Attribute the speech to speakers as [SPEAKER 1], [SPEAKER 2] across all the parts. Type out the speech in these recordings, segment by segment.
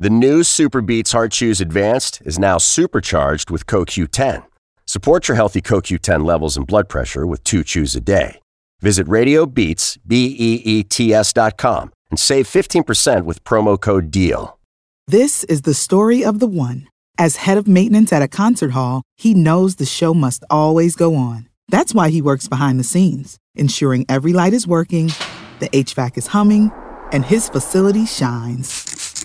[SPEAKER 1] The new Super Beats Heart Chews Advanced is now supercharged with CoQ10. Support your healthy CoQ10 levels and blood pressure with two chews a day. Visit RadioBeats, E B-E-E-T-S dot com and save 15% with promo code DEAL.
[SPEAKER 2] This is the story of the one. As head of maintenance at a concert hall, he knows the show must always go on. That's why he works behind the scenes, ensuring every light is working, the HVAC is humming, and his facility shines.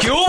[SPEAKER 3] ¿Qué hubo,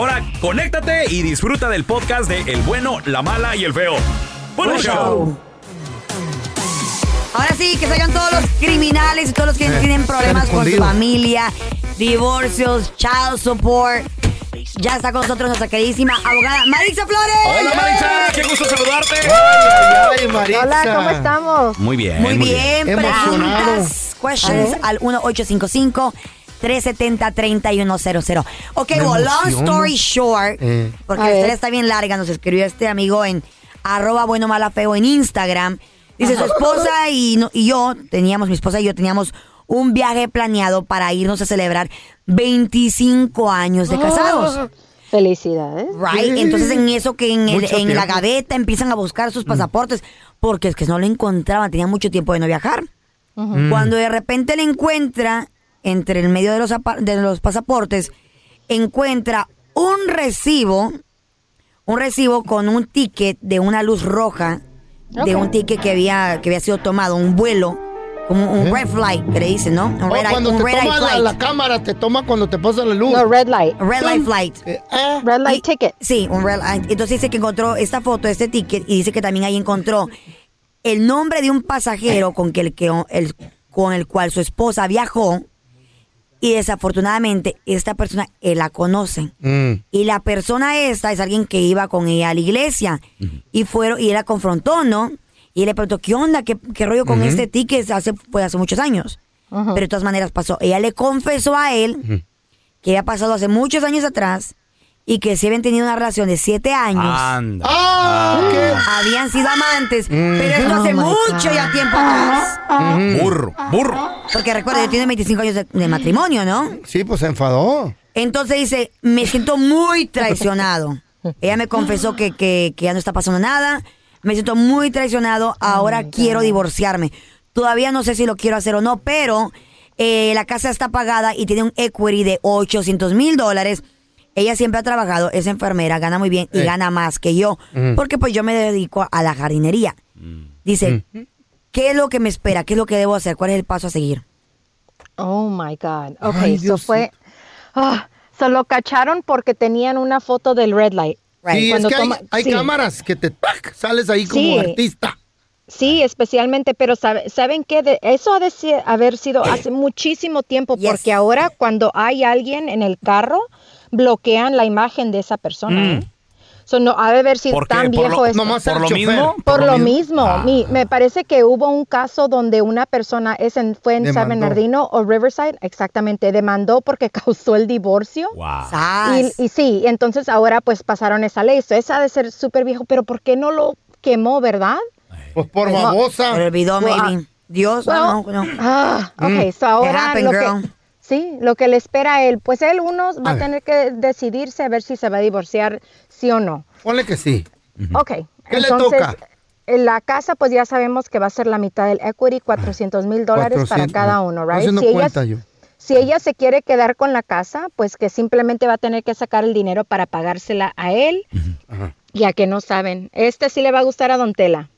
[SPEAKER 3] conéctate y disfruta del podcast de El bueno, la mala y el feo. Bueno, show.
[SPEAKER 4] Ahora sí, que salgan todos los criminales y todos los que
[SPEAKER 5] Eh,
[SPEAKER 4] tienen
[SPEAKER 5] están
[SPEAKER 4] problemas con su
[SPEAKER 5] escondidos.
[SPEAKER 4] familia, divorcios, child support. Ya está con nosotros nuestra queridísima abogada Maritza Flores.
[SPEAKER 3] Hola, Maritza, qué gusto saludarte.
[SPEAKER 5] Ay, ay, Maritza.
[SPEAKER 6] Hola, ¿cómo estamos?
[SPEAKER 3] Muy bien.
[SPEAKER 4] Muy bien,
[SPEAKER 5] Emocionado.
[SPEAKER 4] preguntas, questions al 1855 370 3100. Ok,
[SPEAKER 5] Me
[SPEAKER 4] well, long
[SPEAKER 5] emociono.
[SPEAKER 4] story short,
[SPEAKER 5] Eh.
[SPEAKER 4] porque
[SPEAKER 6] A
[SPEAKER 4] la
[SPEAKER 6] ver.
[SPEAKER 4] historia está bien larga, nos escribió este amigo en arroba bueno mala feo en Instagram. Dice, su esposa y, no- y yo, teníamos, mi esposa y yo teníamos un viaje planeado para irnos a celebrar 25 años de casados.
[SPEAKER 6] Felicidades.
[SPEAKER 4] Right? Entonces en eso que en, el-
[SPEAKER 5] Mucho
[SPEAKER 4] en la
[SPEAKER 5] tiempo. Mm.
[SPEAKER 4] gaveta empiezan a buscar sus pasaportes porque es que no lo encontraban, tenía mucho tiempo de no viajar. Mm.
[SPEAKER 5] Mm.
[SPEAKER 4] Cuando de repente le encuentra entre el medio de los, apa- de los pasaportes, encuentra un recibo, un recibo con un ticket de una luz roja, de
[SPEAKER 6] Ok.
[SPEAKER 4] un ticket que había, que había sido tomado, un vuelo, como un red flight, que le dicen, ¿no? Un
[SPEAKER 5] O
[SPEAKER 4] red, eye-
[SPEAKER 5] Eh. Oh, cuando
[SPEAKER 4] un
[SPEAKER 5] te
[SPEAKER 4] red eye
[SPEAKER 5] toma la,
[SPEAKER 4] flight.
[SPEAKER 5] la cámara, te toma cuando te pasa la luz.
[SPEAKER 6] No, red light.
[SPEAKER 4] Red light flight.
[SPEAKER 5] Eh, ah,
[SPEAKER 6] Red light
[SPEAKER 4] Y-
[SPEAKER 6] ticket.
[SPEAKER 4] Sí, un real. ah, Entonces dice que encontró esta foto, este ticket, y dice que también ahí encontró el nombre de un pasajero con, que el, que, el, con el cual su esposa viajó. Y desafortunadamente, esta persona eh, la conocen. Y la persona esta es alguien que iba con ella a la iglesia. Y fueron, y él la confrontó, ¿no? Y le preguntó, ¿qué onda? ¿Qué, qué rollo con este ticket? Hace, fue hace muchos años. Pero de todas maneras pasó. Ella le confesó a él que había pasado hace muchos años atrás y que si habían tenido una relación de siete años.
[SPEAKER 3] Anda.
[SPEAKER 5] ah, ¿qué?
[SPEAKER 4] Habían sido amantes, pero esto
[SPEAKER 6] Oh
[SPEAKER 4] hace
[SPEAKER 6] my
[SPEAKER 4] mucho
[SPEAKER 6] God.
[SPEAKER 4] ya tiempo atrás.
[SPEAKER 3] Burro, burro.
[SPEAKER 4] Porque recuerda, yo tiene 25 años de, de matrimonio, ¿no?
[SPEAKER 5] Sí, pues se enfadó.
[SPEAKER 4] Entonces dice, me siento muy traicionado. Ella me confesó que, que- que ya no está pasando nada. Me siento muy traicionado. Ahora quiero divorciarme. Todavía no sé si lo quiero hacer o no, pero eh, la casa está pagada y tiene un equity de 800 mil dólares. Ella siempre ha trabajado, es enfermera, gana muy bien y
[SPEAKER 5] Eh.
[SPEAKER 4] gana más que yo. Porque pues yo me dedico a la jardinería. Dice, ¿qué es lo que me espera? ¿Qué es lo que debo hacer? ¿Cuál es el paso a seguir?
[SPEAKER 6] Oh my God. Ok,
[SPEAKER 5] Ay,
[SPEAKER 6] so
[SPEAKER 5] Dios.
[SPEAKER 6] fue. Ah, so lo cacharon porque tenían una foto del red light.
[SPEAKER 5] Sí,
[SPEAKER 6] Cuando
[SPEAKER 5] es que hay-
[SPEAKER 6] toma-
[SPEAKER 5] hay,
[SPEAKER 6] sí.
[SPEAKER 5] cámaras que te tac, sales ahí como
[SPEAKER 6] Sí.
[SPEAKER 5] artista.
[SPEAKER 6] Sí, especialmente, pero sabe- ¿saben qué? De- eso ha de ser- haber sido hace muchísimo tiempo,
[SPEAKER 4] Yes.
[SPEAKER 6] porque ahora cuando hay alguien en el carro, bloquean la imagen de esa persona. ¿eh? So, no ha de haber sido
[SPEAKER 3] ¿Por qué?
[SPEAKER 6] tan
[SPEAKER 3] Por lo-
[SPEAKER 6] viejo esto.
[SPEAKER 5] nomás
[SPEAKER 3] Por
[SPEAKER 5] el
[SPEAKER 3] lo
[SPEAKER 5] chofer.
[SPEAKER 3] mismo.
[SPEAKER 6] Por, lo
[SPEAKER 3] mi-
[SPEAKER 6] mismo, mi- me parece que hubo un caso donde una persona es en, fue en San
[SPEAKER 5] Demandó.
[SPEAKER 6] Bernardino o Riverside, exactamente, demandó porque causó el divorcio.
[SPEAKER 3] Wow.
[SPEAKER 4] ¡Sas!
[SPEAKER 6] Y, y sí, entonces ahora pues pasaron esa ley. So, esa ha de ser súper viejo, pero ¿por qué no lo quemó, verdad?
[SPEAKER 5] Pues por
[SPEAKER 6] No.
[SPEAKER 5] babosa.
[SPEAKER 4] Se olvidó,
[SPEAKER 6] Well,
[SPEAKER 4] maybe. Dios,
[SPEAKER 6] Well,
[SPEAKER 4] no, no.
[SPEAKER 6] Ah, ok, so ahora
[SPEAKER 4] Mm. happened,
[SPEAKER 6] lo que-
[SPEAKER 4] girl.
[SPEAKER 6] sí, lo que le espera a él, pues él uno va
[SPEAKER 5] A
[SPEAKER 6] a,
[SPEAKER 5] ver.
[SPEAKER 6] tener que decidirse a ver si se va a divorciar, sí o no.
[SPEAKER 5] Ponle que sí.
[SPEAKER 6] Ok.
[SPEAKER 5] ¿Qué le
[SPEAKER 6] entonces,
[SPEAKER 5] toca?
[SPEAKER 6] En la casa, pues ya sabemos que va a ser la mitad del equity, 400 mil dólares para
[SPEAKER 5] 400,
[SPEAKER 6] cada
[SPEAKER 5] no.
[SPEAKER 6] uno,
[SPEAKER 5] Estoy
[SPEAKER 6] ¿right?
[SPEAKER 5] haciendo
[SPEAKER 6] Si ella,
[SPEAKER 5] cuenta yo.
[SPEAKER 6] si ella se quiere quedar con la casa, pues que simplemente va a tener que sacar el dinero para pagársela a él, ya que no saben. Este sí le va a gustar a Don Tela.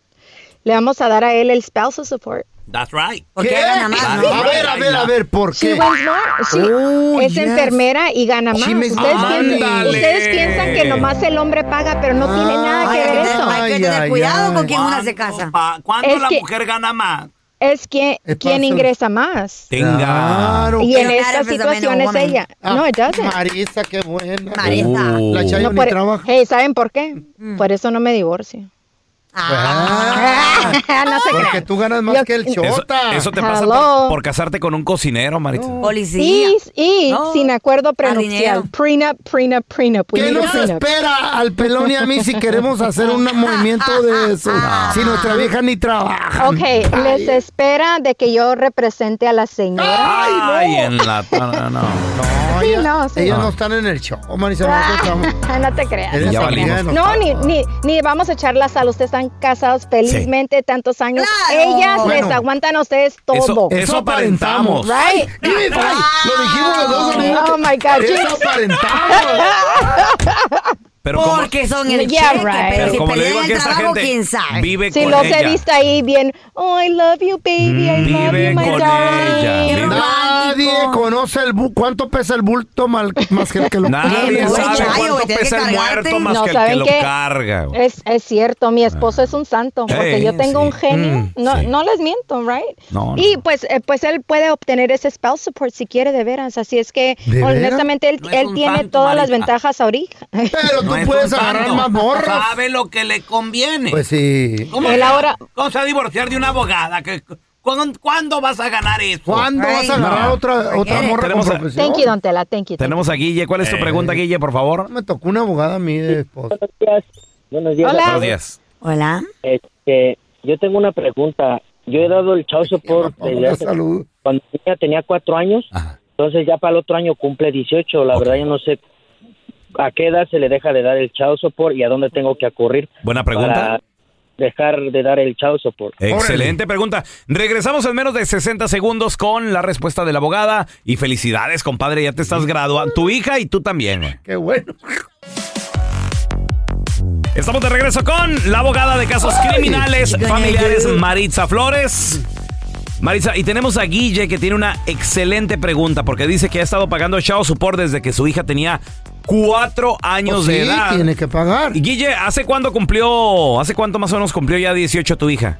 [SPEAKER 6] Le vamos a dar a él el spousal support.
[SPEAKER 7] That's right.
[SPEAKER 4] Porque
[SPEAKER 5] ¿Qué?
[SPEAKER 4] gana más,
[SPEAKER 5] A
[SPEAKER 4] ¿no?
[SPEAKER 5] ver, a ver, a ver, ¿por qué?
[SPEAKER 6] She wins more. She
[SPEAKER 5] Oh,
[SPEAKER 6] es
[SPEAKER 5] yes.
[SPEAKER 6] enfermera y gana más.
[SPEAKER 5] She
[SPEAKER 6] Ustedes
[SPEAKER 5] makes
[SPEAKER 6] piensan,
[SPEAKER 5] money.
[SPEAKER 6] ustedes piensan que nomás el hombre paga, pero no tiene nada que
[SPEAKER 4] Hay
[SPEAKER 5] Ah.
[SPEAKER 4] que tener,
[SPEAKER 6] ver eso.
[SPEAKER 4] hay que
[SPEAKER 5] Ay,
[SPEAKER 4] tener
[SPEAKER 5] ay,
[SPEAKER 4] cuidado
[SPEAKER 5] ay.
[SPEAKER 4] con quién una se
[SPEAKER 7] ¿Cuánto
[SPEAKER 4] casa.
[SPEAKER 7] pa- ¿Cuánto
[SPEAKER 6] Es
[SPEAKER 7] la
[SPEAKER 6] que-
[SPEAKER 7] mujer gana más?
[SPEAKER 6] Es quien,
[SPEAKER 5] Es
[SPEAKER 6] quien
[SPEAKER 5] paso.
[SPEAKER 6] ingresa más.
[SPEAKER 3] Ah.
[SPEAKER 7] Tenga.
[SPEAKER 5] Claro.
[SPEAKER 6] Y en
[SPEAKER 4] Pero
[SPEAKER 6] esta
[SPEAKER 4] not if it's pues, a man
[SPEAKER 6] situación
[SPEAKER 4] or
[SPEAKER 6] es
[SPEAKER 4] woman.
[SPEAKER 6] ella.
[SPEAKER 5] Ah,
[SPEAKER 6] No, it doesn't.
[SPEAKER 5] Marisa, qué buena. Uh.
[SPEAKER 4] Marisa.
[SPEAKER 3] Oh.
[SPEAKER 5] La Chayo
[SPEAKER 6] No,
[SPEAKER 5] ni
[SPEAKER 6] por- e-
[SPEAKER 5] trabaja.
[SPEAKER 6] Hey, ¿saben por qué?
[SPEAKER 4] Mm.
[SPEAKER 6] Por eso no me divorcio.
[SPEAKER 4] Ah.
[SPEAKER 6] no se
[SPEAKER 5] Porque
[SPEAKER 6] crean.
[SPEAKER 5] tú ganas más
[SPEAKER 6] Yo-
[SPEAKER 5] que el
[SPEAKER 3] Eso,
[SPEAKER 5] chota.
[SPEAKER 3] eso te pasa
[SPEAKER 6] Hello.
[SPEAKER 3] por, por casarte con un cocinero, Maritza.
[SPEAKER 4] Policía.
[SPEAKER 6] Y, y
[SPEAKER 4] No. Ah,
[SPEAKER 6] sin acuerdo
[SPEAKER 4] dinero.
[SPEAKER 6] prenupcial. Prenup, prenup, prenup. We
[SPEAKER 5] ¿Qué
[SPEAKER 6] need a
[SPEAKER 5] nos
[SPEAKER 6] prenup.
[SPEAKER 5] espera al pelón y a mí si queremos hacer un movimiento de eso?
[SPEAKER 3] Ah.
[SPEAKER 5] Si nuestra vieja ni trabaja.
[SPEAKER 6] Ah, Ok, les espera de que yo represente a la señora.
[SPEAKER 3] Ay, en la. No, no, no.
[SPEAKER 5] No,
[SPEAKER 6] Sí,
[SPEAKER 5] ellas-
[SPEAKER 6] no, sí.
[SPEAKER 5] Ellos no están en el show, Marisa. nosotros estamos-
[SPEAKER 6] no te creas.
[SPEAKER 5] Eres
[SPEAKER 3] Ah. Ya
[SPEAKER 5] amiga
[SPEAKER 3] valimos.
[SPEAKER 5] de nosotros.
[SPEAKER 6] No, ni, ni, ni vamos a echar la sal. Ustedes están casados felizmente tantos años.
[SPEAKER 4] Claro.
[SPEAKER 6] Ellas
[SPEAKER 5] Bueno.
[SPEAKER 6] les aguantan a ustedes todo.
[SPEAKER 3] Eso, eso aparentamos.
[SPEAKER 6] Right?
[SPEAKER 5] ¡Ay! Lo dijimos los dos.
[SPEAKER 6] Oh, my God,
[SPEAKER 5] Eso
[SPEAKER 6] chicos.
[SPEAKER 5] aparentamos.
[SPEAKER 3] Pero como,
[SPEAKER 4] Porque son el
[SPEAKER 6] Yeah,
[SPEAKER 4] cheque,
[SPEAKER 6] right.
[SPEAKER 4] pero,
[SPEAKER 3] pero
[SPEAKER 4] si
[SPEAKER 3] como le digo
[SPEAKER 4] pelean
[SPEAKER 3] a
[SPEAKER 4] el
[SPEAKER 3] que esa
[SPEAKER 4] trabajo,
[SPEAKER 3] gente
[SPEAKER 4] quién sabe.
[SPEAKER 3] vive
[SPEAKER 6] Si
[SPEAKER 3] con
[SPEAKER 6] los
[SPEAKER 3] ella. Mm,
[SPEAKER 6] he visto ahí bien. Oh, I love you, baby. I love
[SPEAKER 3] Vive
[SPEAKER 6] you, my
[SPEAKER 3] con ella.
[SPEAKER 6] darling.
[SPEAKER 4] Qué
[SPEAKER 3] Vive-
[SPEAKER 5] Nadie
[SPEAKER 4] romántico.
[SPEAKER 5] conoce el bu- cuánto pesa el bulto mal- más que el que lo
[SPEAKER 3] Nadie
[SPEAKER 4] Qué
[SPEAKER 5] carga.
[SPEAKER 4] buen
[SPEAKER 3] sabe
[SPEAKER 4] chayo,
[SPEAKER 3] cuánto
[SPEAKER 4] güey, tenés
[SPEAKER 3] pesa
[SPEAKER 4] que
[SPEAKER 3] el
[SPEAKER 4] cargarte.
[SPEAKER 3] muerto más
[SPEAKER 6] No,
[SPEAKER 3] que el que
[SPEAKER 6] ¿saben
[SPEAKER 3] lo
[SPEAKER 6] qué?
[SPEAKER 3] carga. güey. Ah.
[SPEAKER 6] Es, es cierto, mi esposo es un santo, porque
[SPEAKER 3] Sí,
[SPEAKER 6] yo tengo
[SPEAKER 3] sí.
[SPEAKER 6] un genio,
[SPEAKER 3] Mm,
[SPEAKER 6] no,
[SPEAKER 3] sí.
[SPEAKER 6] no les miento, right?
[SPEAKER 3] No,
[SPEAKER 6] y
[SPEAKER 3] no.
[SPEAKER 6] pues eh, pues él puede obtener ese spouse support si quiere de veras, así es que
[SPEAKER 5] ¿De veras?
[SPEAKER 6] honestamente él,
[SPEAKER 7] No es
[SPEAKER 6] él
[SPEAKER 7] un
[SPEAKER 6] tiene
[SPEAKER 7] santo,
[SPEAKER 6] todas las
[SPEAKER 7] Marisa.
[SPEAKER 6] ventajas ahorita.
[SPEAKER 5] Pero
[SPEAKER 7] No
[SPEAKER 5] tú
[SPEAKER 7] es
[SPEAKER 5] puedes
[SPEAKER 7] un
[SPEAKER 5] agarrar
[SPEAKER 7] santo.
[SPEAKER 5] más morras.
[SPEAKER 7] Sabe lo que le conviene.
[SPEAKER 5] Pues sí.
[SPEAKER 7] ¿Cómo,
[SPEAKER 6] Él
[SPEAKER 7] se-
[SPEAKER 6] ahora-
[SPEAKER 7] ¿Cómo se va a divorciar de una abogada? ¿Qué- ¿Cuándo, cuándo vas a ganar eso?
[SPEAKER 5] ¿Cuándo vas a agarrar
[SPEAKER 3] No.
[SPEAKER 5] otra, otra
[SPEAKER 3] Oye,
[SPEAKER 5] morra con
[SPEAKER 3] tenemos a-
[SPEAKER 5] profesión?
[SPEAKER 6] Thank you, Don Tela, thank you. thank you.
[SPEAKER 3] Tenemos a Guille. ¿Cuál es tu pregunta, Guille, por favor?
[SPEAKER 5] Me tocó una abogada a mí de esposa.
[SPEAKER 8] Buenos días.
[SPEAKER 6] Hola.
[SPEAKER 3] Buenos días.
[SPEAKER 4] Hola.
[SPEAKER 8] Este, yo tengo una pregunta. Yo he dado el chau support desde hace-
[SPEAKER 5] Salud.
[SPEAKER 8] cuando mi niña tenía cuatro años,
[SPEAKER 3] Ajá.
[SPEAKER 8] entonces ya para el otro año cumple 18. La verdad yo no sé a qué edad se le deja de dar el chau support y a dónde tengo que ocurrir
[SPEAKER 3] Buena pregunta. Eh.
[SPEAKER 8] para dejar de dar el chau support.
[SPEAKER 3] Excelente pregunta. Regresamos en menos de 60 segundos con la respuesta de la abogada. Y felicidades, compadre. Ya te estás graduando. Tu hija y tú también. güey.
[SPEAKER 5] Qué bueno.
[SPEAKER 3] Estamos de regreso con la abogada de casos criminales
[SPEAKER 4] Gonna
[SPEAKER 3] familiares,
[SPEAKER 4] do.
[SPEAKER 3] Maritza Flores. Maritza, y tenemos a Guille que tiene una excelente pregunta porque dice que ha estado pagando Chao Support desde que su hija tenía cuatro años
[SPEAKER 5] Pues
[SPEAKER 3] de
[SPEAKER 5] sí,
[SPEAKER 3] edad.
[SPEAKER 5] tiene que pagar.
[SPEAKER 3] Y Guille, ¿hace cuándo cumplió? ¿Hace cuánto más o menos cumplió ya 18 tu hija?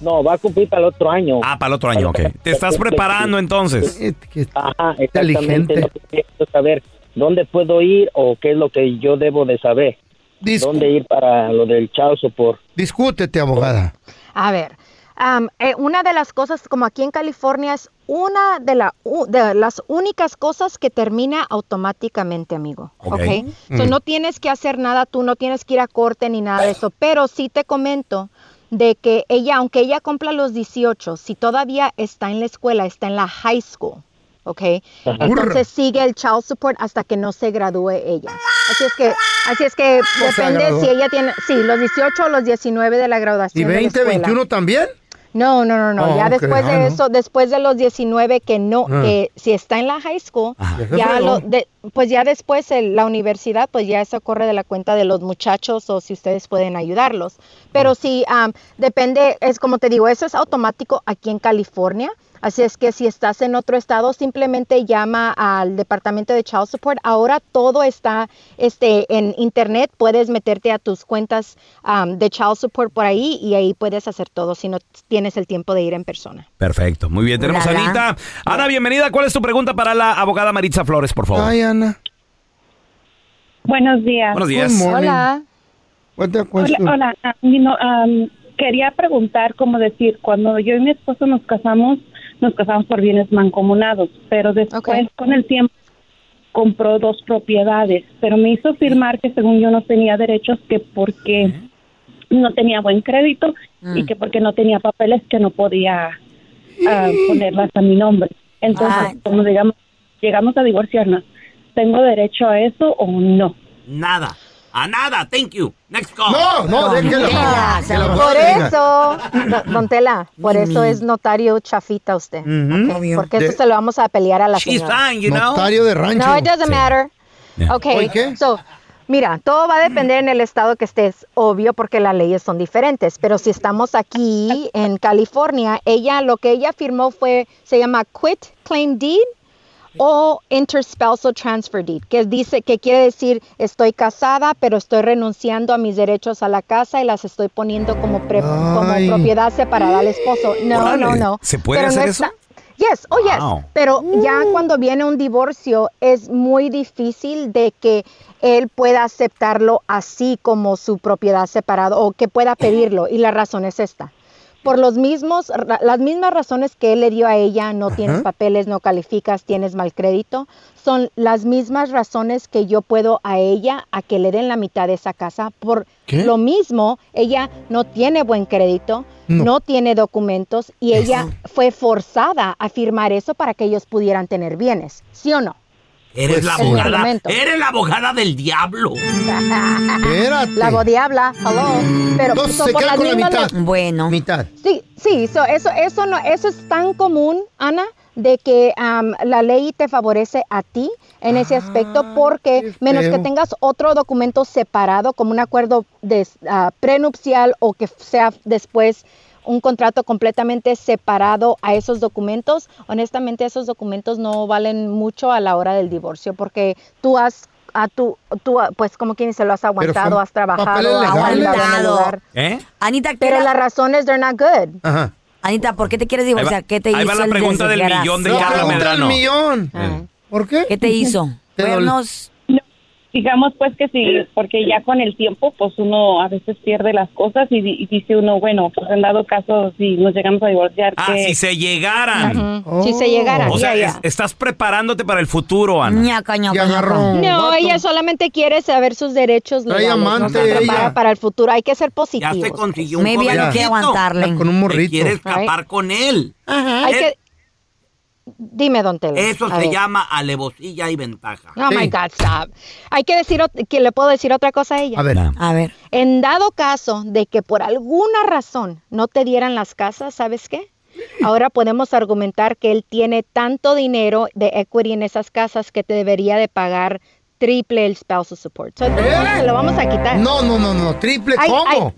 [SPEAKER 8] No, va a cumplir para el otro año.
[SPEAKER 3] Ah, para el otro año, ok. Te estás preparando entonces.
[SPEAKER 5] Eh, que-
[SPEAKER 8] Ajá, exactamente.
[SPEAKER 5] Inteligente.
[SPEAKER 8] Es lo que quiero saber dónde puedo ir o qué es lo que yo debo de saber.
[SPEAKER 5] Dis-
[SPEAKER 8] ¿Dónde ir para lo del chau support?
[SPEAKER 5] discútete, abogada.
[SPEAKER 6] A ver, am, eh, una de las cosas, como aquí en California, es una de, la u- de las únicas cosas que termina automáticamente, amigo.
[SPEAKER 3] Ok.
[SPEAKER 6] Ok. So, no tienes que hacer nada tú, no tienes que ir a corte ni nada de eso, pero sí te comento de que ella, aunque ella cumpla los 18, si todavía está en la escuela, está en la high school, ¿ok? Entonces sigue el child support hasta que no se gradúe ella. Así es que, así es que
[SPEAKER 5] No se
[SPEAKER 6] depende
[SPEAKER 5] graduó.
[SPEAKER 6] si ella tiene, sí, los 18 o los 19 de la graduación.
[SPEAKER 5] ¿Y
[SPEAKER 6] de la
[SPEAKER 5] 20,
[SPEAKER 6] escuela.
[SPEAKER 5] 21 también?
[SPEAKER 6] No, no, no, no.
[SPEAKER 5] Oh,
[SPEAKER 6] ya
[SPEAKER 5] ok,
[SPEAKER 6] después
[SPEAKER 5] ah,
[SPEAKER 6] de
[SPEAKER 5] no.
[SPEAKER 6] eso, después de los 19 que no,
[SPEAKER 5] Ah.
[SPEAKER 6] que si está en la high school,
[SPEAKER 5] Ya se
[SPEAKER 6] ya
[SPEAKER 5] fregó.
[SPEAKER 6] lo, de- pues ya después el- la universidad, pues ya eso corre de la cuenta de los muchachos o si ustedes pueden ayudarlos. Pero
[SPEAKER 5] Mm.
[SPEAKER 6] sí, am, depende, es como te digo, eso es automático aquí en California. Así es que si estás en otro estado, simplemente llama al departamento de Child Support. Ahora todo está este, en internet. Puedes meterte a tus cuentas am, de Child Support por ahí y ahí puedes hacer todo si no tienes el tiempo de ir en persona.
[SPEAKER 3] Perfecto, muy bien. Tenemos a
[SPEAKER 4] Ulala.
[SPEAKER 3] Anita. Ana, bienvenida. ¿Cuál es tu pregunta para la abogada Maritza Flores, por favor?
[SPEAKER 5] Ay, Ana.
[SPEAKER 9] Buenos días.
[SPEAKER 3] Buenos días.
[SPEAKER 5] Good morning.
[SPEAKER 6] Hola.
[SPEAKER 5] What the
[SPEAKER 9] Hola,
[SPEAKER 5] question?
[SPEAKER 9] hola. ah, mi no- am, quería preguntar, como decir, cuando yo y mi esposo nos casamos, nos casamos por bienes mancomunados, pero después
[SPEAKER 6] Ok.
[SPEAKER 9] con el tiempo compró dos propiedades, pero me hizo firmar que según yo no tenía derechos, que porque no tenía buen crédito y que porque no tenía papeles que no podía ah, ponerlas a mi nombre. Entonces,
[SPEAKER 4] Ay.
[SPEAKER 9] como digamos, llegamos a divorciarnos, ¿tengo derecho a eso o no?
[SPEAKER 7] Nada. A nada. Thank you. Next call.
[SPEAKER 5] No, no, déjela.
[SPEAKER 4] Déjela,
[SPEAKER 5] Que la
[SPEAKER 4] se-
[SPEAKER 5] abogada
[SPEAKER 6] Ah, Por
[SPEAKER 5] le diga.
[SPEAKER 6] eso, don- Don Tela, por eso es notario chafita usted. ¿ok?
[SPEAKER 4] Obvio.
[SPEAKER 6] Porque eso
[SPEAKER 5] De-
[SPEAKER 6] se lo vamos a pelear a la
[SPEAKER 7] She's
[SPEAKER 6] señora.
[SPEAKER 7] fine, you know.
[SPEAKER 5] Notario de rancho.
[SPEAKER 6] No, it doesn't matter.
[SPEAKER 3] Yeah.
[SPEAKER 6] Okay.
[SPEAKER 5] Oye, ¿qué? Mm.
[SPEAKER 6] So, Mira, todo va a depender en el estado que estés, obvio, porque las leyes son diferentes. Pero si estamos aquí en California, ella lo que ella firmó fue se llama quit claim deed o interspousal transfer deed, que dice que quiere decir estoy casada, pero estoy renunciando a mis derechos a la casa y las estoy poniendo como, pre- como
[SPEAKER 5] Ay.
[SPEAKER 6] propiedad separada al esposo. No,
[SPEAKER 3] Órale.
[SPEAKER 6] no, no.
[SPEAKER 3] ¿Se puede
[SPEAKER 6] Pero no
[SPEAKER 3] hacer eso?
[SPEAKER 6] está- Yes, oh yes.
[SPEAKER 3] Wow.
[SPEAKER 6] Pero ya cuando viene un divorcio es muy difícil de que él pueda aceptarlo así como su propiedad separada o que pueda pedirlo. Y la razón es esta. Por los mismos, ra- las mismas razones que él le dio a ella, no tienes papeles, no calificas, tienes mal crédito, son las mismas razones que yo puedo a ella a que le den la mitad de esa casa. Por
[SPEAKER 5] ¿Qué?
[SPEAKER 6] lo mismo, ella no tiene buen crédito,
[SPEAKER 5] No.
[SPEAKER 6] no, tiene documentos y ella fue forzada a firmar eso para que ellos pudieran tener bienes, ¿sí o no?
[SPEAKER 7] Eres la
[SPEAKER 6] pues, sí.
[SPEAKER 7] abogada.
[SPEAKER 6] Momento.
[SPEAKER 7] Eres la abogada del diablo.
[SPEAKER 5] Espérate.
[SPEAKER 6] La diabla, hello. Pero
[SPEAKER 5] Entonces
[SPEAKER 6] so,
[SPEAKER 5] se
[SPEAKER 6] por
[SPEAKER 5] queda
[SPEAKER 6] las
[SPEAKER 5] con la
[SPEAKER 6] mismas
[SPEAKER 5] mitad.
[SPEAKER 4] Bueno.
[SPEAKER 5] Mitad.
[SPEAKER 6] Sí, sí, so, eso, eso, no, eso es tan común, Ana, de que am, la ley te favorece a ti en ese aspecto porque
[SPEAKER 5] Ah, qué
[SPEAKER 6] menos que
[SPEAKER 5] feo.
[SPEAKER 6] tengas otro documento separado como un acuerdo de, ah, prenupcial o que sea después un contrato completamente separado a esos documentos, honestamente esos documentos no valen mucho a la hora del divorcio porque tú has... A tu, tú, ah, pues como quien se lo has aguantado,
[SPEAKER 5] son
[SPEAKER 6] has trabajado,
[SPEAKER 5] papeles
[SPEAKER 6] has
[SPEAKER 5] legales.
[SPEAKER 6] andado en el
[SPEAKER 4] Aguantado.
[SPEAKER 6] lugar.
[SPEAKER 3] ¿Eh?
[SPEAKER 4] Anita, ¿qué
[SPEAKER 6] Pero
[SPEAKER 4] era-
[SPEAKER 6] las razones, they're not good.
[SPEAKER 5] Ajá.
[SPEAKER 4] Anita, ¿por qué te quieres
[SPEAKER 3] va-
[SPEAKER 4] divorciar? ¿Qué te
[SPEAKER 3] ahí va
[SPEAKER 4] hizo
[SPEAKER 3] la
[SPEAKER 4] el
[SPEAKER 3] pregunta del
[SPEAKER 4] desgraciado?
[SPEAKER 3] millón de
[SPEAKER 5] La
[SPEAKER 3] Carla
[SPEAKER 5] pregunta del
[SPEAKER 3] Medrano.
[SPEAKER 5] millón. ¿Por qué?
[SPEAKER 4] Ah. ¿Qué te hizo?
[SPEAKER 5] Te dol-
[SPEAKER 4] Cuernos.
[SPEAKER 9] Digamos pues que sí, porque ya con el tiempo pues uno a veces pierde las cosas y, di- y dice uno, bueno, pues en dado caso si nos llegamos a divorciar,
[SPEAKER 3] Ah,
[SPEAKER 9] ¿qué?
[SPEAKER 3] si se llegaran.
[SPEAKER 5] Oh.
[SPEAKER 6] Si se llegara.
[SPEAKER 3] O sea,
[SPEAKER 6] ya, ya.
[SPEAKER 3] es- estás preparándote para el futuro, Ana.
[SPEAKER 4] Ñaca, ñaca,
[SPEAKER 5] Y
[SPEAKER 4] ñaca.
[SPEAKER 5] agarró.
[SPEAKER 6] no,
[SPEAKER 5] vato.
[SPEAKER 6] ella solamente quiere saber sus derechos
[SPEAKER 5] Trae
[SPEAKER 6] legales. no
[SPEAKER 5] amante
[SPEAKER 6] se prepara
[SPEAKER 5] ella.
[SPEAKER 6] para el futuro. Hay que ser
[SPEAKER 7] Ya
[SPEAKER 6] positivos.
[SPEAKER 7] se consiguió un
[SPEAKER 4] Maybe ya no
[SPEAKER 7] jovencito.
[SPEAKER 4] quiere aguantarle.
[SPEAKER 5] Con un
[SPEAKER 7] Te
[SPEAKER 5] morrito.
[SPEAKER 7] quiere escapar con él.
[SPEAKER 6] Hay
[SPEAKER 7] Eh,
[SPEAKER 6] que... Dime, don Telo.
[SPEAKER 7] Eso
[SPEAKER 6] a
[SPEAKER 7] se
[SPEAKER 6] ver.
[SPEAKER 7] llama alevosía y ventaja.
[SPEAKER 6] Oh,
[SPEAKER 5] Sí.
[SPEAKER 6] my God, stop. Hay que decir... ot- que ¿Le puedo decir otra cosa a ella?
[SPEAKER 5] A ver.
[SPEAKER 4] A ver.
[SPEAKER 6] En dado caso de que por alguna razón no te dieran las casas, ¿sabes qué? Ahora podemos argumentar que él tiene tanto dinero de equity en esas casas que te debería de pagar triple el spousal support. So, entonces,
[SPEAKER 5] ¿Eh?
[SPEAKER 6] se lo vamos a quitar.
[SPEAKER 5] No, no, no, no. Triple,
[SPEAKER 6] Ay,
[SPEAKER 5] ¿cómo?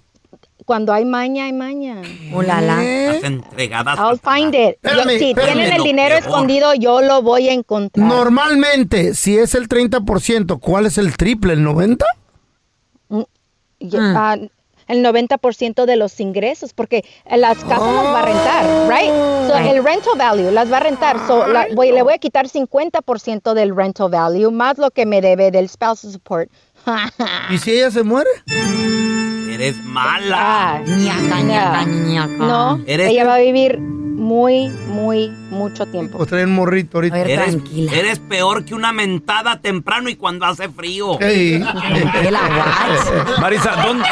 [SPEAKER 6] Cuando hay maña, hay maña.
[SPEAKER 4] Ulala.
[SPEAKER 5] ¿Eh?
[SPEAKER 7] Las entregadas.
[SPEAKER 4] Ah,
[SPEAKER 6] I'll
[SPEAKER 7] Satanás.
[SPEAKER 6] find it. Yo-
[SPEAKER 5] Espérame,
[SPEAKER 6] si
[SPEAKER 5] espérame.
[SPEAKER 6] tienen
[SPEAKER 7] Lo
[SPEAKER 6] el dinero
[SPEAKER 7] peor.
[SPEAKER 6] escondido, yo lo voy a encontrar.
[SPEAKER 5] Normalmente, si es el 30%, ¿cuál es el triple? ¿El 90%?
[SPEAKER 6] Yo-
[SPEAKER 5] Mm.
[SPEAKER 6] ah, el 90% de los ingresos, porque las casas las va a rentar, right?
[SPEAKER 5] Oh.
[SPEAKER 6] So, el rental value las va a rentar. So, la- voy- le voy a quitar 50% del rental value más lo que me debe del spousal support.
[SPEAKER 5] ¿Y si ella se muere?
[SPEAKER 7] Eres mala.
[SPEAKER 6] Ah,
[SPEAKER 4] Ñaca, ñaca, ñaca.
[SPEAKER 5] Ah.
[SPEAKER 6] no,
[SPEAKER 7] Eres-
[SPEAKER 6] ella va a vivir muy, muy, mucho tiempo.
[SPEAKER 5] O trae un morrito ahorita.
[SPEAKER 4] A ver.
[SPEAKER 7] Eres,
[SPEAKER 4] tranquila.
[SPEAKER 7] eres peor que una mentada temprano y cuando hace frío.
[SPEAKER 5] Ey.
[SPEAKER 4] El aguach.
[SPEAKER 3] Marisa, ¿dónde,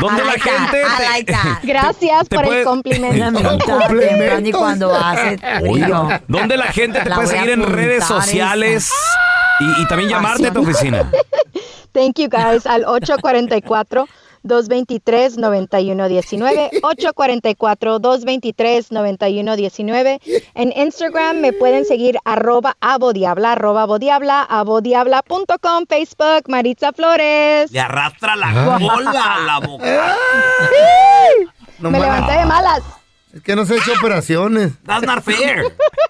[SPEAKER 3] dónde
[SPEAKER 4] I
[SPEAKER 3] la
[SPEAKER 4] like that,
[SPEAKER 3] gente
[SPEAKER 4] I
[SPEAKER 3] te-
[SPEAKER 4] like that.
[SPEAKER 6] Gracias
[SPEAKER 3] te
[SPEAKER 6] por
[SPEAKER 3] puede-
[SPEAKER 6] el
[SPEAKER 4] Una
[SPEAKER 6] complemento.
[SPEAKER 4] mitad
[SPEAKER 5] complementos.
[SPEAKER 4] temprano y cuando hace frío.
[SPEAKER 3] ¿Dónde la gente te
[SPEAKER 4] La
[SPEAKER 3] puede
[SPEAKER 4] voy a
[SPEAKER 3] seguir en
[SPEAKER 4] apuntar
[SPEAKER 3] redes
[SPEAKER 4] esa.
[SPEAKER 3] sociales y, y también llamarte a tu oficina?
[SPEAKER 6] Thank you guys al 844 223 9119 844 223 9119 en Instagram me pueden seguir arroba abodiabla arroba abodiabla abodiabla.com Facebook Maritza Flores
[SPEAKER 7] Le arrastra
[SPEAKER 5] Ah.
[SPEAKER 7] la cola a la boca.
[SPEAKER 5] No
[SPEAKER 6] me
[SPEAKER 5] más.
[SPEAKER 6] levanté de malas
[SPEAKER 5] Es que no se ha hecho operaciones.
[SPEAKER 7] That's not fair.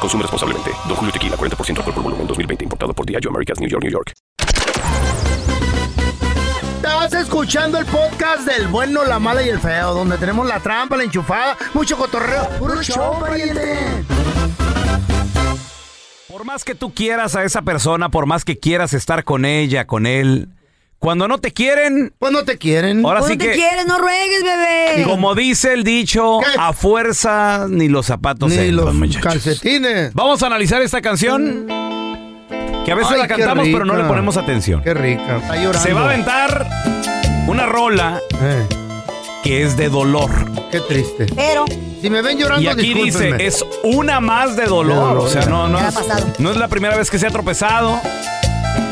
[SPEAKER 10] Consume responsablemente. Don Julio Tequila, 40% alcohol por volumen 2020, importado por Diageo Americas, New York, New York.
[SPEAKER 5] Estás escuchando el podcast del bueno, la mala y el feo, donde tenemos la trampa, la enchufada, mucho cotorreo. ¡Puro show, pariente!
[SPEAKER 3] Por más que tú quieras a esa persona, por más que quieras estar con ella, con él, cuando no te quieren,
[SPEAKER 5] pues no te quieren.
[SPEAKER 3] Ahora
[SPEAKER 4] Pues
[SPEAKER 3] sí
[SPEAKER 4] no te
[SPEAKER 3] que
[SPEAKER 4] quieres, no ruegues, bebé.
[SPEAKER 3] como dice el dicho, a fuerza ni los zapatos
[SPEAKER 5] Ni
[SPEAKER 3] entran,
[SPEAKER 5] los
[SPEAKER 3] muchachos.
[SPEAKER 5] calcetines.
[SPEAKER 3] Vamos a analizar esta canción. Que a veces
[SPEAKER 5] Ay,
[SPEAKER 3] la
[SPEAKER 5] qué
[SPEAKER 3] cantamos, pero no
[SPEAKER 5] rica.
[SPEAKER 3] le ponemos atención.
[SPEAKER 5] Qué rica. Está llorando.
[SPEAKER 3] Se va a aventar una rola que es de dolor.
[SPEAKER 5] Eh, Qué triste.
[SPEAKER 4] Pero.
[SPEAKER 5] Si me ven llorando,
[SPEAKER 3] Y aquí dice,
[SPEAKER 5] Ah, discúlpenme.
[SPEAKER 3] es una más de dolor.
[SPEAKER 5] De dolor,
[SPEAKER 3] o sea,
[SPEAKER 5] ya.
[SPEAKER 3] no, no,
[SPEAKER 5] Ya ha
[SPEAKER 3] es,
[SPEAKER 5] pasado.
[SPEAKER 3] no es la primera vez que se ha tropezado.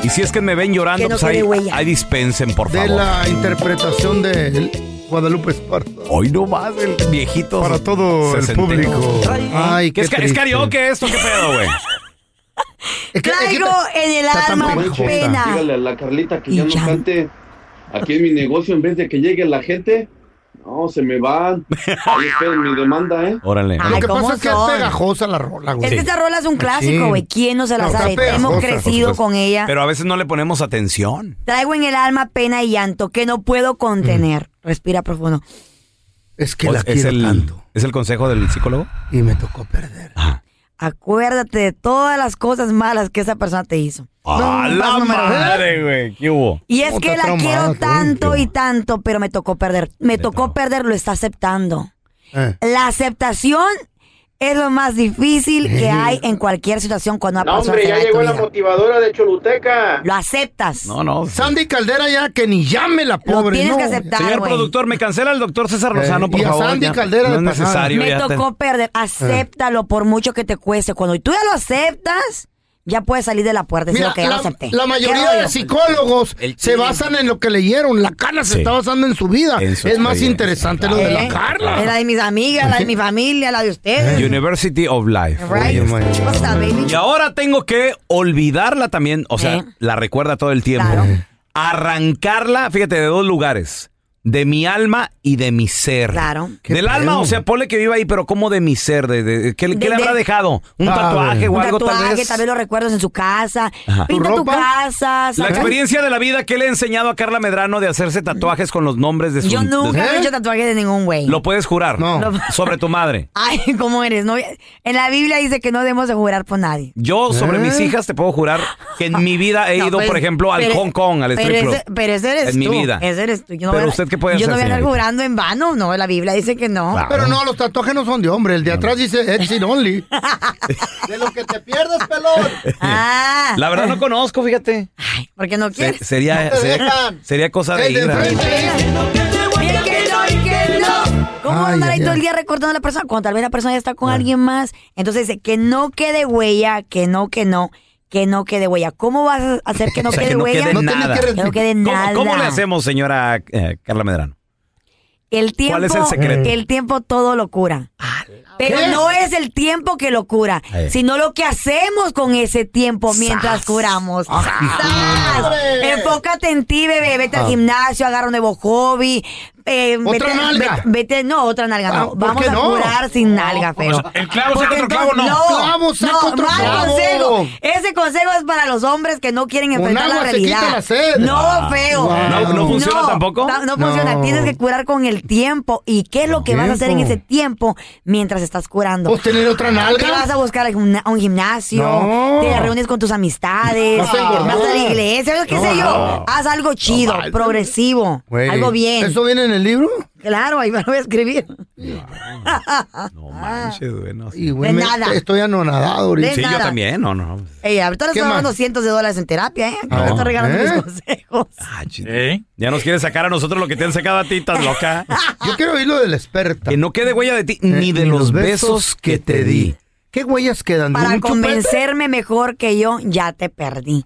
[SPEAKER 3] Y si es que me ven llorando,
[SPEAKER 5] Que no
[SPEAKER 3] pues ahí,
[SPEAKER 5] quede huella.
[SPEAKER 3] ahí dispensen, por
[SPEAKER 5] de
[SPEAKER 3] favor.
[SPEAKER 5] la interpretación de el- Guadalupe Esparza.
[SPEAKER 3] Hoy no más el viejito.
[SPEAKER 5] Para todo el
[SPEAKER 3] sesentero.
[SPEAKER 5] público. Ay,
[SPEAKER 3] ¿Qué
[SPEAKER 5] qué
[SPEAKER 3] es, ca- es
[SPEAKER 5] triste.
[SPEAKER 3] karaoke esto? ¿Qué pedo, güey?
[SPEAKER 4] Traigo en el
[SPEAKER 11] Está tan
[SPEAKER 4] alma
[SPEAKER 11] pendejo.
[SPEAKER 4] pena.
[SPEAKER 11] Dígale a la Carlita que ya no cante aquí en mi negocio en vez de que llegue la gente. No, se me van. Ahí esperen mi demanda, ¿eh?
[SPEAKER 3] Órale.
[SPEAKER 4] Ay,
[SPEAKER 5] Lo que
[SPEAKER 4] ¿cómo
[SPEAKER 5] pasa es que
[SPEAKER 4] son?
[SPEAKER 5] es pegajosa la rola,
[SPEAKER 4] Es
[SPEAKER 5] güey. Pues
[SPEAKER 4] que esta rola es un clásico,
[SPEAKER 3] Sí.
[SPEAKER 4] güey. ¿Quién no se la
[SPEAKER 3] No, está
[SPEAKER 4] sabe?
[SPEAKER 3] pegajosa,
[SPEAKER 4] Hemos
[SPEAKER 3] por
[SPEAKER 4] crecido
[SPEAKER 3] supuesto.
[SPEAKER 4] con ella.
[SPEAKER 3] Pero a veces no le ponemos atención.
[SPEAKER 4] Traigo en el alma pena y llanto que no puedo contener.
[SPEAKER 3] Mm.
[SPEAKER 4] Respira profundo.
[SPEAKER 5] Es que
[SPEAKER 3] O-
[SPEAKER 5] la
[SPEAKER 3] Pues es
[SPEAKER 5] quiero
[SPEAKER 3] el,
[SPEAKER 5] tanto.
[SPEAKER 3] ¿Es el consejo del psicólogo?
[SPEAKER 5] Y me tocó perder.
[SPEAKER 4] Acuérdate de todas las cosas malas que esa persona te hizo.
[SPEAKER 3] ¡A la
[SPEAKER 4] no me la-
[SPEAKER 3] madre, güey! ¿Qué hubo?
[SPEAKER 4] Y es
[SPEAKER 3] ¿Cómo
[SPEAKER 4] que
[SPEAKER 3] está
[SPEAKER 4] la
[SPEAKER 3] traumado,
[SPEAKER 4] quiero
[SPEAKER 3] tú?
[SPEAKER 4] tanto y tanto, pero me tocó perder. Me tocó perder, lo está aceptando.
[SPEAKER 5] Eh.
[SPEAKER 4] La aceptación es lo más difícil que hay en cualquier situación cuando ha
[SPEAKER 5] No,
[SPEAKER 4] pasado
[SPEAKER 5] hombre, ya llegó la
[SPEAKER 4] motivadora de Choluteca. Lo aceptas.
[SPEAKER 3] No, no.
[SPEAKER 5] Sandy Caldera ya que ni llame la
[SPEAKER 4] Lo
[SPEAKER 5] pobre.
[SPEAKER 4] tienes
[SPEAKER 5] no.
[SPEAKER 4] que aceptar,
[SPEAKER 3] Señor productor, me cancela el doctor César Lozano,
[SPEAKER 5] Eh,
[SPEAKER 3] por
[SPEAKER 5] y a
[SPEAKER 3] favor.
[SPEAKER 5] Sandy
[SPEAKER 3] ya.
[SPEAKER 5] Caldera
[SPEAKER 3] no es
[SPEAKER 5] de pasada.
[SPEAKER 3] necesario.
[SPEAKER 4] Me
[SPEAKER 3] ya te- Eh.
[SPEAKER 4] tocó perder. Acéptalo por mucho que te cueste. Cuando tú ya lo aceptas, ya puedes salir de la puerta y decir,
[SPEAKER 5] Mira,
[SPEAKER 4] ok, ya lo
[SPEAKER 5] la,
[SPEAKER 4] acepté.
[SPEAKER 5] la
[SPEAKER 4] ¿Qué
[SPEAKER 5] mayoría
[SPEAKER 4] rollo?
[SPEAKER 5] de psicólogos se basan en lo que leyeron. La Carla se
[SPEAKER 3] Sí.
[SPEAKER 5] está basando en su vida.
[SPEAKER 3] su
[SPEAKER 5] es más
[SPEAKER 3] experiencia,
[SPEAKER 5] interesante lo de la
[SPEAKER 4] ¿Eh?
[SPEAKER 5] Carla.
[SPEAKER 4] Es la de mis amigas, la de mi familia, la de ustedes.
[SPEAKER 3] University of Life.
[SPEAKER 4] Right.
[SPEAKER 3] Eh, Oye,
[SPEAKER 4] What's up, baby?
[SPEAKER 3] Y ahora tengo que olvidarla también, o
[SPEAKER 4] Eh.
[SPEAKER 3] sea, la recuerda todo el tiempo. Arrancarla, fíjate, de dos lugares. De mi alma y de mi ser.
[SPEAKER 4] Claro.
[SPEAKER 3] Del alma, o sea, ponle que viva ahí, pero como de mi ser, de, de- ¿qué, qué
[SPEAKER 4] De-
[SPEAKER 3] le habrá
[SPEAKER 4] de-
[SPEAKER 3] dejado? ¿Un
[SPEAKER 4] Ah,
[SPEAKER 3] tatuaje o
[SPEAKER 4] un
[SPEAKER 3] algo
[SPEAKER 4] tatuaje,
[SPEAKER 3] tal vez?
[SPEAKER 4] los recuerdos en su casa.
[SPEAKER 3] Ajá.
[SPEAKER 4] Pinta
[SPEAKER 3] ¿Tu
[SPEAKER 4] tu,
[SPEAKER 3] ropa?
[SPEAKER 4] casa.
[SPEAKER 3] La
[SPEAKER 4] saca-
[SPEAKER 3] experiencia de la vida que le he enseñado a Carla Medrano de hacerse tatuajes con los nombres de sus...
[SPEAKER 4] Yo nunca
[SPEAKER 3] de-
[SPEAKER 5] ¿Eh?
[SPEAKER 4] me he hecho tatuaje de ningún güey.
[SPEAKER 3] Lo puedes jurar.
[SPEAKER 4] Lo-
[SPEAKER 3] Sobre tu madre.
[SPEAKER 4] Ay, ¿cómo eres? No, en la Biblia dice que no debemos de jurar por nadie.
[SPEAKER 3] Yo sobre
[SPEAKER 4] ¿Eh?
[SPEAKER 3] mis hijas te puedo jurar que en mi vida he
[SPEAKER 4] No,
[SPEAKER 3] ido,
[SPEAKER 4] pero-
[SPEAKER 3] por ejemplo, al
[SPEAKER 4] pero-
[SPEAKER 3] Hong Kong, al strip
[SPEAKER 4] pero
[SPEAKER 3] club.
[SPEAKER 4] ese- pero ese eres
[SPEAKER 3] En mi
[SPEAKER 4] tú,
[SPEAKER 3] vida.
[SPEAKER 4] Ese eres tú. Yo no
[SPEAKER 3] Pero
[SPEAKER 4] voy a-
[SPEAKER 3] usted, ¿qué puede
[SPEAKER 4] Yo
[SPEAKER 3] hacer,
[SPEAKER 4] no voy a andar
[SPEAKER 3] señorita?
[SPEAKER 4] jurando en vano, no. La Biblia dice que no.
[SPEAKER 5] Pero no, los tatuajes no son de hombre. El de atrás dice exit only.
[SPEAKER 4] De lo que te pierdes, pelón. Ah.
[SPEAKER 3] La verdad no conozco, fíjate.
[SPEAKER 4] Porque no
[SPEAKER 3] Se-
[SPEAKER 4] quieres.
[SPEAKER 3] sería,
[SPEAKER 4] No te
[SPEAKER 3] sería,
[SPEAKER 4] dejan.
[SPEAKER 3] sería cosa de
[SPEAKER 4] El de
[SPEAKER 3] ir. a-
[SPEAKER 4] Mira que no, y que no. ¿Cómo
[SPEAKER 3] Ay,
[SPEAKER 4] andar ahí
[SPEAKER 3] ay,
[SPEAKER 4] todo
[SPEAKER 3] ay.
[SPEAKER 4] el día recordando a la persona? Cuando tal vez la persona ya está con alguien más. Entonces dice que no quede huella, que no, que no, que no quede huella. ¿Cómo vas a hacer que no
[SPEAKER 3] O sea,
[SPEAKER 4] quede
[SPEAKER 3] que no
[SPEAKER 4] huella?
[SPEAKER 3] quede nada.
[SPEAKER 4] Que no quede
[SPEAKER 3] ¿Cómo,
[SPEAKER 4] nada.
[SPEAKER 3] cómo le hacemos, señora eh, Carla Medrano?
[SPEAKER 4] El tiempo,
[SPEAKER 3] ¿Cuál es el secreto?
[SPEAKER 4] tiempo todo lo cura.
[SPEAKER 5] Ah,
[SPEAKER 4] Pero
[SPEAKER 3] ¿Qué?
[SPEAKER 4] no es el tiempo que lo cura,
[SPEAKER 3] Eh.
[SPEAKER 4] sino lo que hacemos con ese tiempo mientras curamos. ¡Sas! Enfócate en ti, bebé. Vete
[SPEAKER 5] Ah.
[SPEAKER 4] al gimnasio, agarra un nuevo hobby. eh,
[SPEAKER 5] ¿Otra
[SPEAKER 4] vete,
[SPEAKER 5] nalga?
[SPEAKER 4] Vete, vete- no, otra nalga
[SPEAKER 5] Ah,
[SPEAKER 4] no.
[SPEAKER 5] ¿por
[SPEAKER 4] Vamos
[SPEAKER 5] qué
[SPEAKER 4] a
[SPEAKER 5] no?
[SPEAKER 4] curar sin nalga, feo.
[SPEAKER 5] sea, el clavo
[SPEAKER 4] Porque
[SPEAKER 5] saca otro clavo,
[SPEAKER 4] entonces-
[SPEAKER 5] no. Clavo saca
[SPEAKER 4] no,
[SPEAKER 5] otro
[SPEAKER 4] mal
[SPEAKER 5] clavo.
[SPEAKER 4] consejo. Ese consejo es para los hombres que no quieren
[SPEAKER 5] Con
[SPEAKER 4] enfrentar
[SPEAKER 5] agua
[SPEAKER 4] la
[SPEAKER 5] se quita
[SPEAKER 4] realidad.
[SPEAKER 5] la sed. Ah,
[SPEAKER 4] No, feo.
[SPEAKER 5] Wow. ¿No- no funciona tampoco?
[SPEAKER 4] ta- No, funciona.
[SPEAKER 5] No.
[SPEAKER 4] Tienes que curar con el tiempo. ¿Y qué es lo que vas a hacer en
[SPEAKER 5] tiempo.
[SPEAKER 4] ese tiempo mientras estás curando?
[SPEAKER 5] ¿Pues tener otra nalga?
[SPEAKER 4] Te vas a buscar a un- a un gimnasio,
[SPEAKER 5] No.
[SPEAKER 4] te reúnes con tus amistades,
[SPEAKER 5] Vas a engordar.
[SPEAKER 4] la iglesia, qué
[SPEAKER 5] No,
[SPEAKER 4] sé yo.
[SPEAKER 5] no.
[SPEAKER 4] Haz algo chido,
[SPEAKER 5] vale.
[SPEAKER 4] progresivo,
[SPEAKER 5] Güey,
[SPEAKER 4] algo bien.
[SPEAKER 5] ¿Eso viene en el libro?
[SPEAKER 4] Claro, ahí me lo voy a escribir. Ah.
[SPEAKER 3] Manches, güey, no sé.
[SPEAKER 5] Y, güey,
[SPEAKER 4] De
[SPEAKER 5] me-
[SPEAKER 4] nada.
[SPEAKER 5] Estoy anonadado ahorita.
[SPEAKER 4] De
[SPEAKER 3] Sí, yo
[SPEAKER 4] nada.
[SPEAKER 3] también, no, no.
[SPEAKER 4] Ey, ahorita le
[SPEAKER 5] ¿Qué
[SPEAKER 4] estoy
[SPEAKER 5] más? Ah,
[SPEAKER 4] dando cientos de dodales en terapia, ¿eh? Acá
[SPEAKER 3] No.
[SPEAKER 4] le estoy regalando
[SPEAKER 3] ¿Eh?
[SPEAKER 4] mis consejos.
[SPEAKER 3] Ah,
[SPEAKER 5] ¿Eh?
[SPEAKER 3] Ya nos quiere sacar a nosotros lo que te han sacado a ti, estás loca.
[SPEAKER 5] Yo quiero oír lo de la experta. Eh,
[SPEAKER 3] Que no quede huella de ti Eh, ni de los besos que te di.
[SPEAKER 5] ¿Qué huellas quedan? ¿De
[SPEAKER 4] Para
[SPEAKER 5] un chupete?
[SPEAKER 4] convencerme mejor que yo, ya te perdí.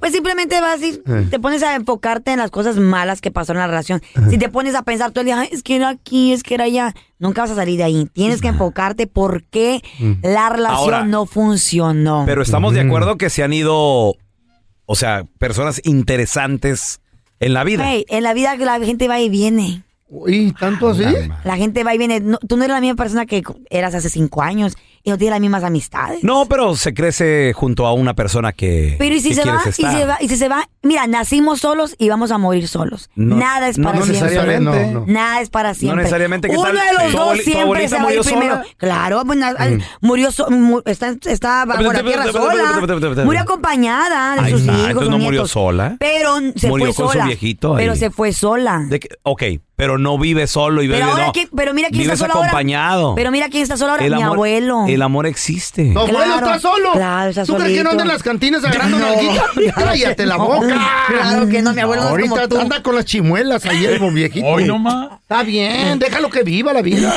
[SPEAKER 4] Pues simplemente vas y
[SPEAKER 5] Eh.
[SPEAKER 4] te pones a enfocarte en las cosas malas que pasaron en la relación. Si te pones a pensar todo el día, "Ay, es que era aquí, es que era allá, nunca vas a salir de ahí. Tienes que enfocarte por qué
[SPEAKER 5] Mm.
[SPEAKER 4] la relación
[SPEAKER 3] Ahora.
[SPEAKER 4] no funcionó.
[SPEAKER 3] Pero estamos de acuerdo que se han ido, o sea, personas interesantes en la vida.
[SPEAKER 4] Güey, en la vida la gente va y viene.
[SPEAKER 5] ¿Y tanto así?
[SPEAKER 4] La gente va y viene. No, tú no eres la misma persona que eras hace cinco años. y no tiene las mismas amistades.
[SPEAKER 3] No, pero se crece junto a una persona que.
[SPEAKER 4] Pero y si
[SPEAKER 3] que
[SPEAKER 4] se va,
[SPEAKER 3] quieres
[SPEAKER 4] y
[SPEAKER 3] estar.
[SPEAKER 4] se va, y si se va, mira, nacimos solos y vamos a morir solos.
[SPEAKER 3] No-
[SPEAKER 4] Nada es
[SPEAKER 3] no
[SPEAKER 4] para siempre.
[SPEAKER 3] necesariamente. No, no.
[SPEAKER 4] Nada es para siempre.
[SPEAKER 3] necesariamente, ¿qué
[SPEAKER 4] Uno
[SPEAKER 3] tal?
[SPEAKER 4] de los
[SPEAKER 3] ¿Tu
[SPEAKER 4] dos
[SPEAKER 3] aboli- tu
[SPEAKER 4] siempre
[SPEAKER 3] abuelita
[SPEAKER 4] se va a
[SPEAKER 3] murió
[SPEAKER 4] ir primero.
[SPEAKER 3] sola?
[SPEAKER 4] Claro, pues, na-
[SPEAKER 3] Mm.
[SPEAKER 4] murió so- mu- está, está bajo la tierra sola. Murió acompañada de
[SPEAKER 3] Ahí
[SPEAKER 4] sus
[SPEAKER 3] está,
[SPEAKER 4] hijos.
[SPEAKER 3] entonces
[SPEAKER 4] sus
[SPEAKER 3] no murió
[SPEAKER 4] nietos.
[SPEAKER 3] sola.
[SPEAKER 4] Pero se
[SPEAKER 3] Murió
[SPEAKER 4] fue
[SPEAKER 3] con su
[SPEAKER 4] sola.
[SPEAKER 3] viejito ahí.
[SPEAKER 4] Pero se fue sola.
[SPEAKER 3] De que- ok, pero no vive solo y vive.
[SPEAKER 4] Pero, ahora
[SPEAKER 3] no.
[SPEAKER 4] que- pero mira quién
[SPEAKER 3] Vives
[SPEAKER 4] está sola
[SPEAKER 3] acompañado.
[SPEAKER 4] ahora. Pero mira quién está sola ahora.
[SPEAKER 3] el
[SPEAKER 4] Mi
[SPEAKER 3] amor,
[SPEAKER 4] abuelo.
[SPEAKER 3] El amor existe.
[SPEAKER 12] ¡Tu abuelo está solo!
[SPEAKER 4] Claro, está
[SPEAKER 12] ¿Tú crees que no
[SPEAKER 4] solito.
[SPEAKER 12] anda en las cantinas agarrando
[SPEAKER 4] No,
[SPEAKER 12] nalguita?
[SPEAKER 4] claro
[SPEAKER 12] ¡Cállate
[SPEAKER 4] que
[SPEAKER 12] la
[SPEAKER 4] no.
[SPEAKER 12] boca!
[SPEAKER 4] Claro que no, mi abuelo no es
[SPEAKER 12] Ahorita
[SPEAKER 4] como tú.
[SPEAKER 12] anda con las chimuelas ahí el viejito.
[SPEAKER 13] Hoy
[SPEAKER 12] no más. Está bien, déjalo que viva la vida.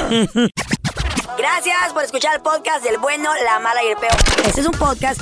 [SPEAKER 4] Gracias por escuchar el podcast del bueno, la mala y el peor. Este es un podcast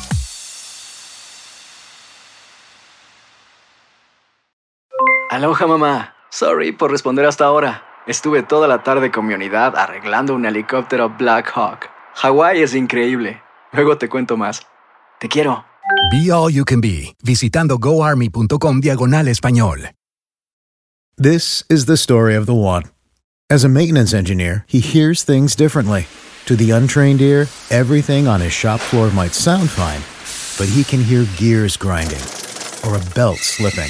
[SPEAKER 8] Aloha mamá. Sorry por responder hasta ahora. Estuve toda la tarde con mi unidad arreglando un helicóptero Black Hawk. Hawái es increíble. Luego te cuento más. Te quiero.
[SPEAKER 14] Be All You Can Be, visitando goarmy.com diagonal español.
[SPEAKER 5] This is the story of the one. As a maintenance engineer, he hears things differently. To the untrained ear, everything on his shop floor might sound fine, but he can hear gears grinding or a belt slipping.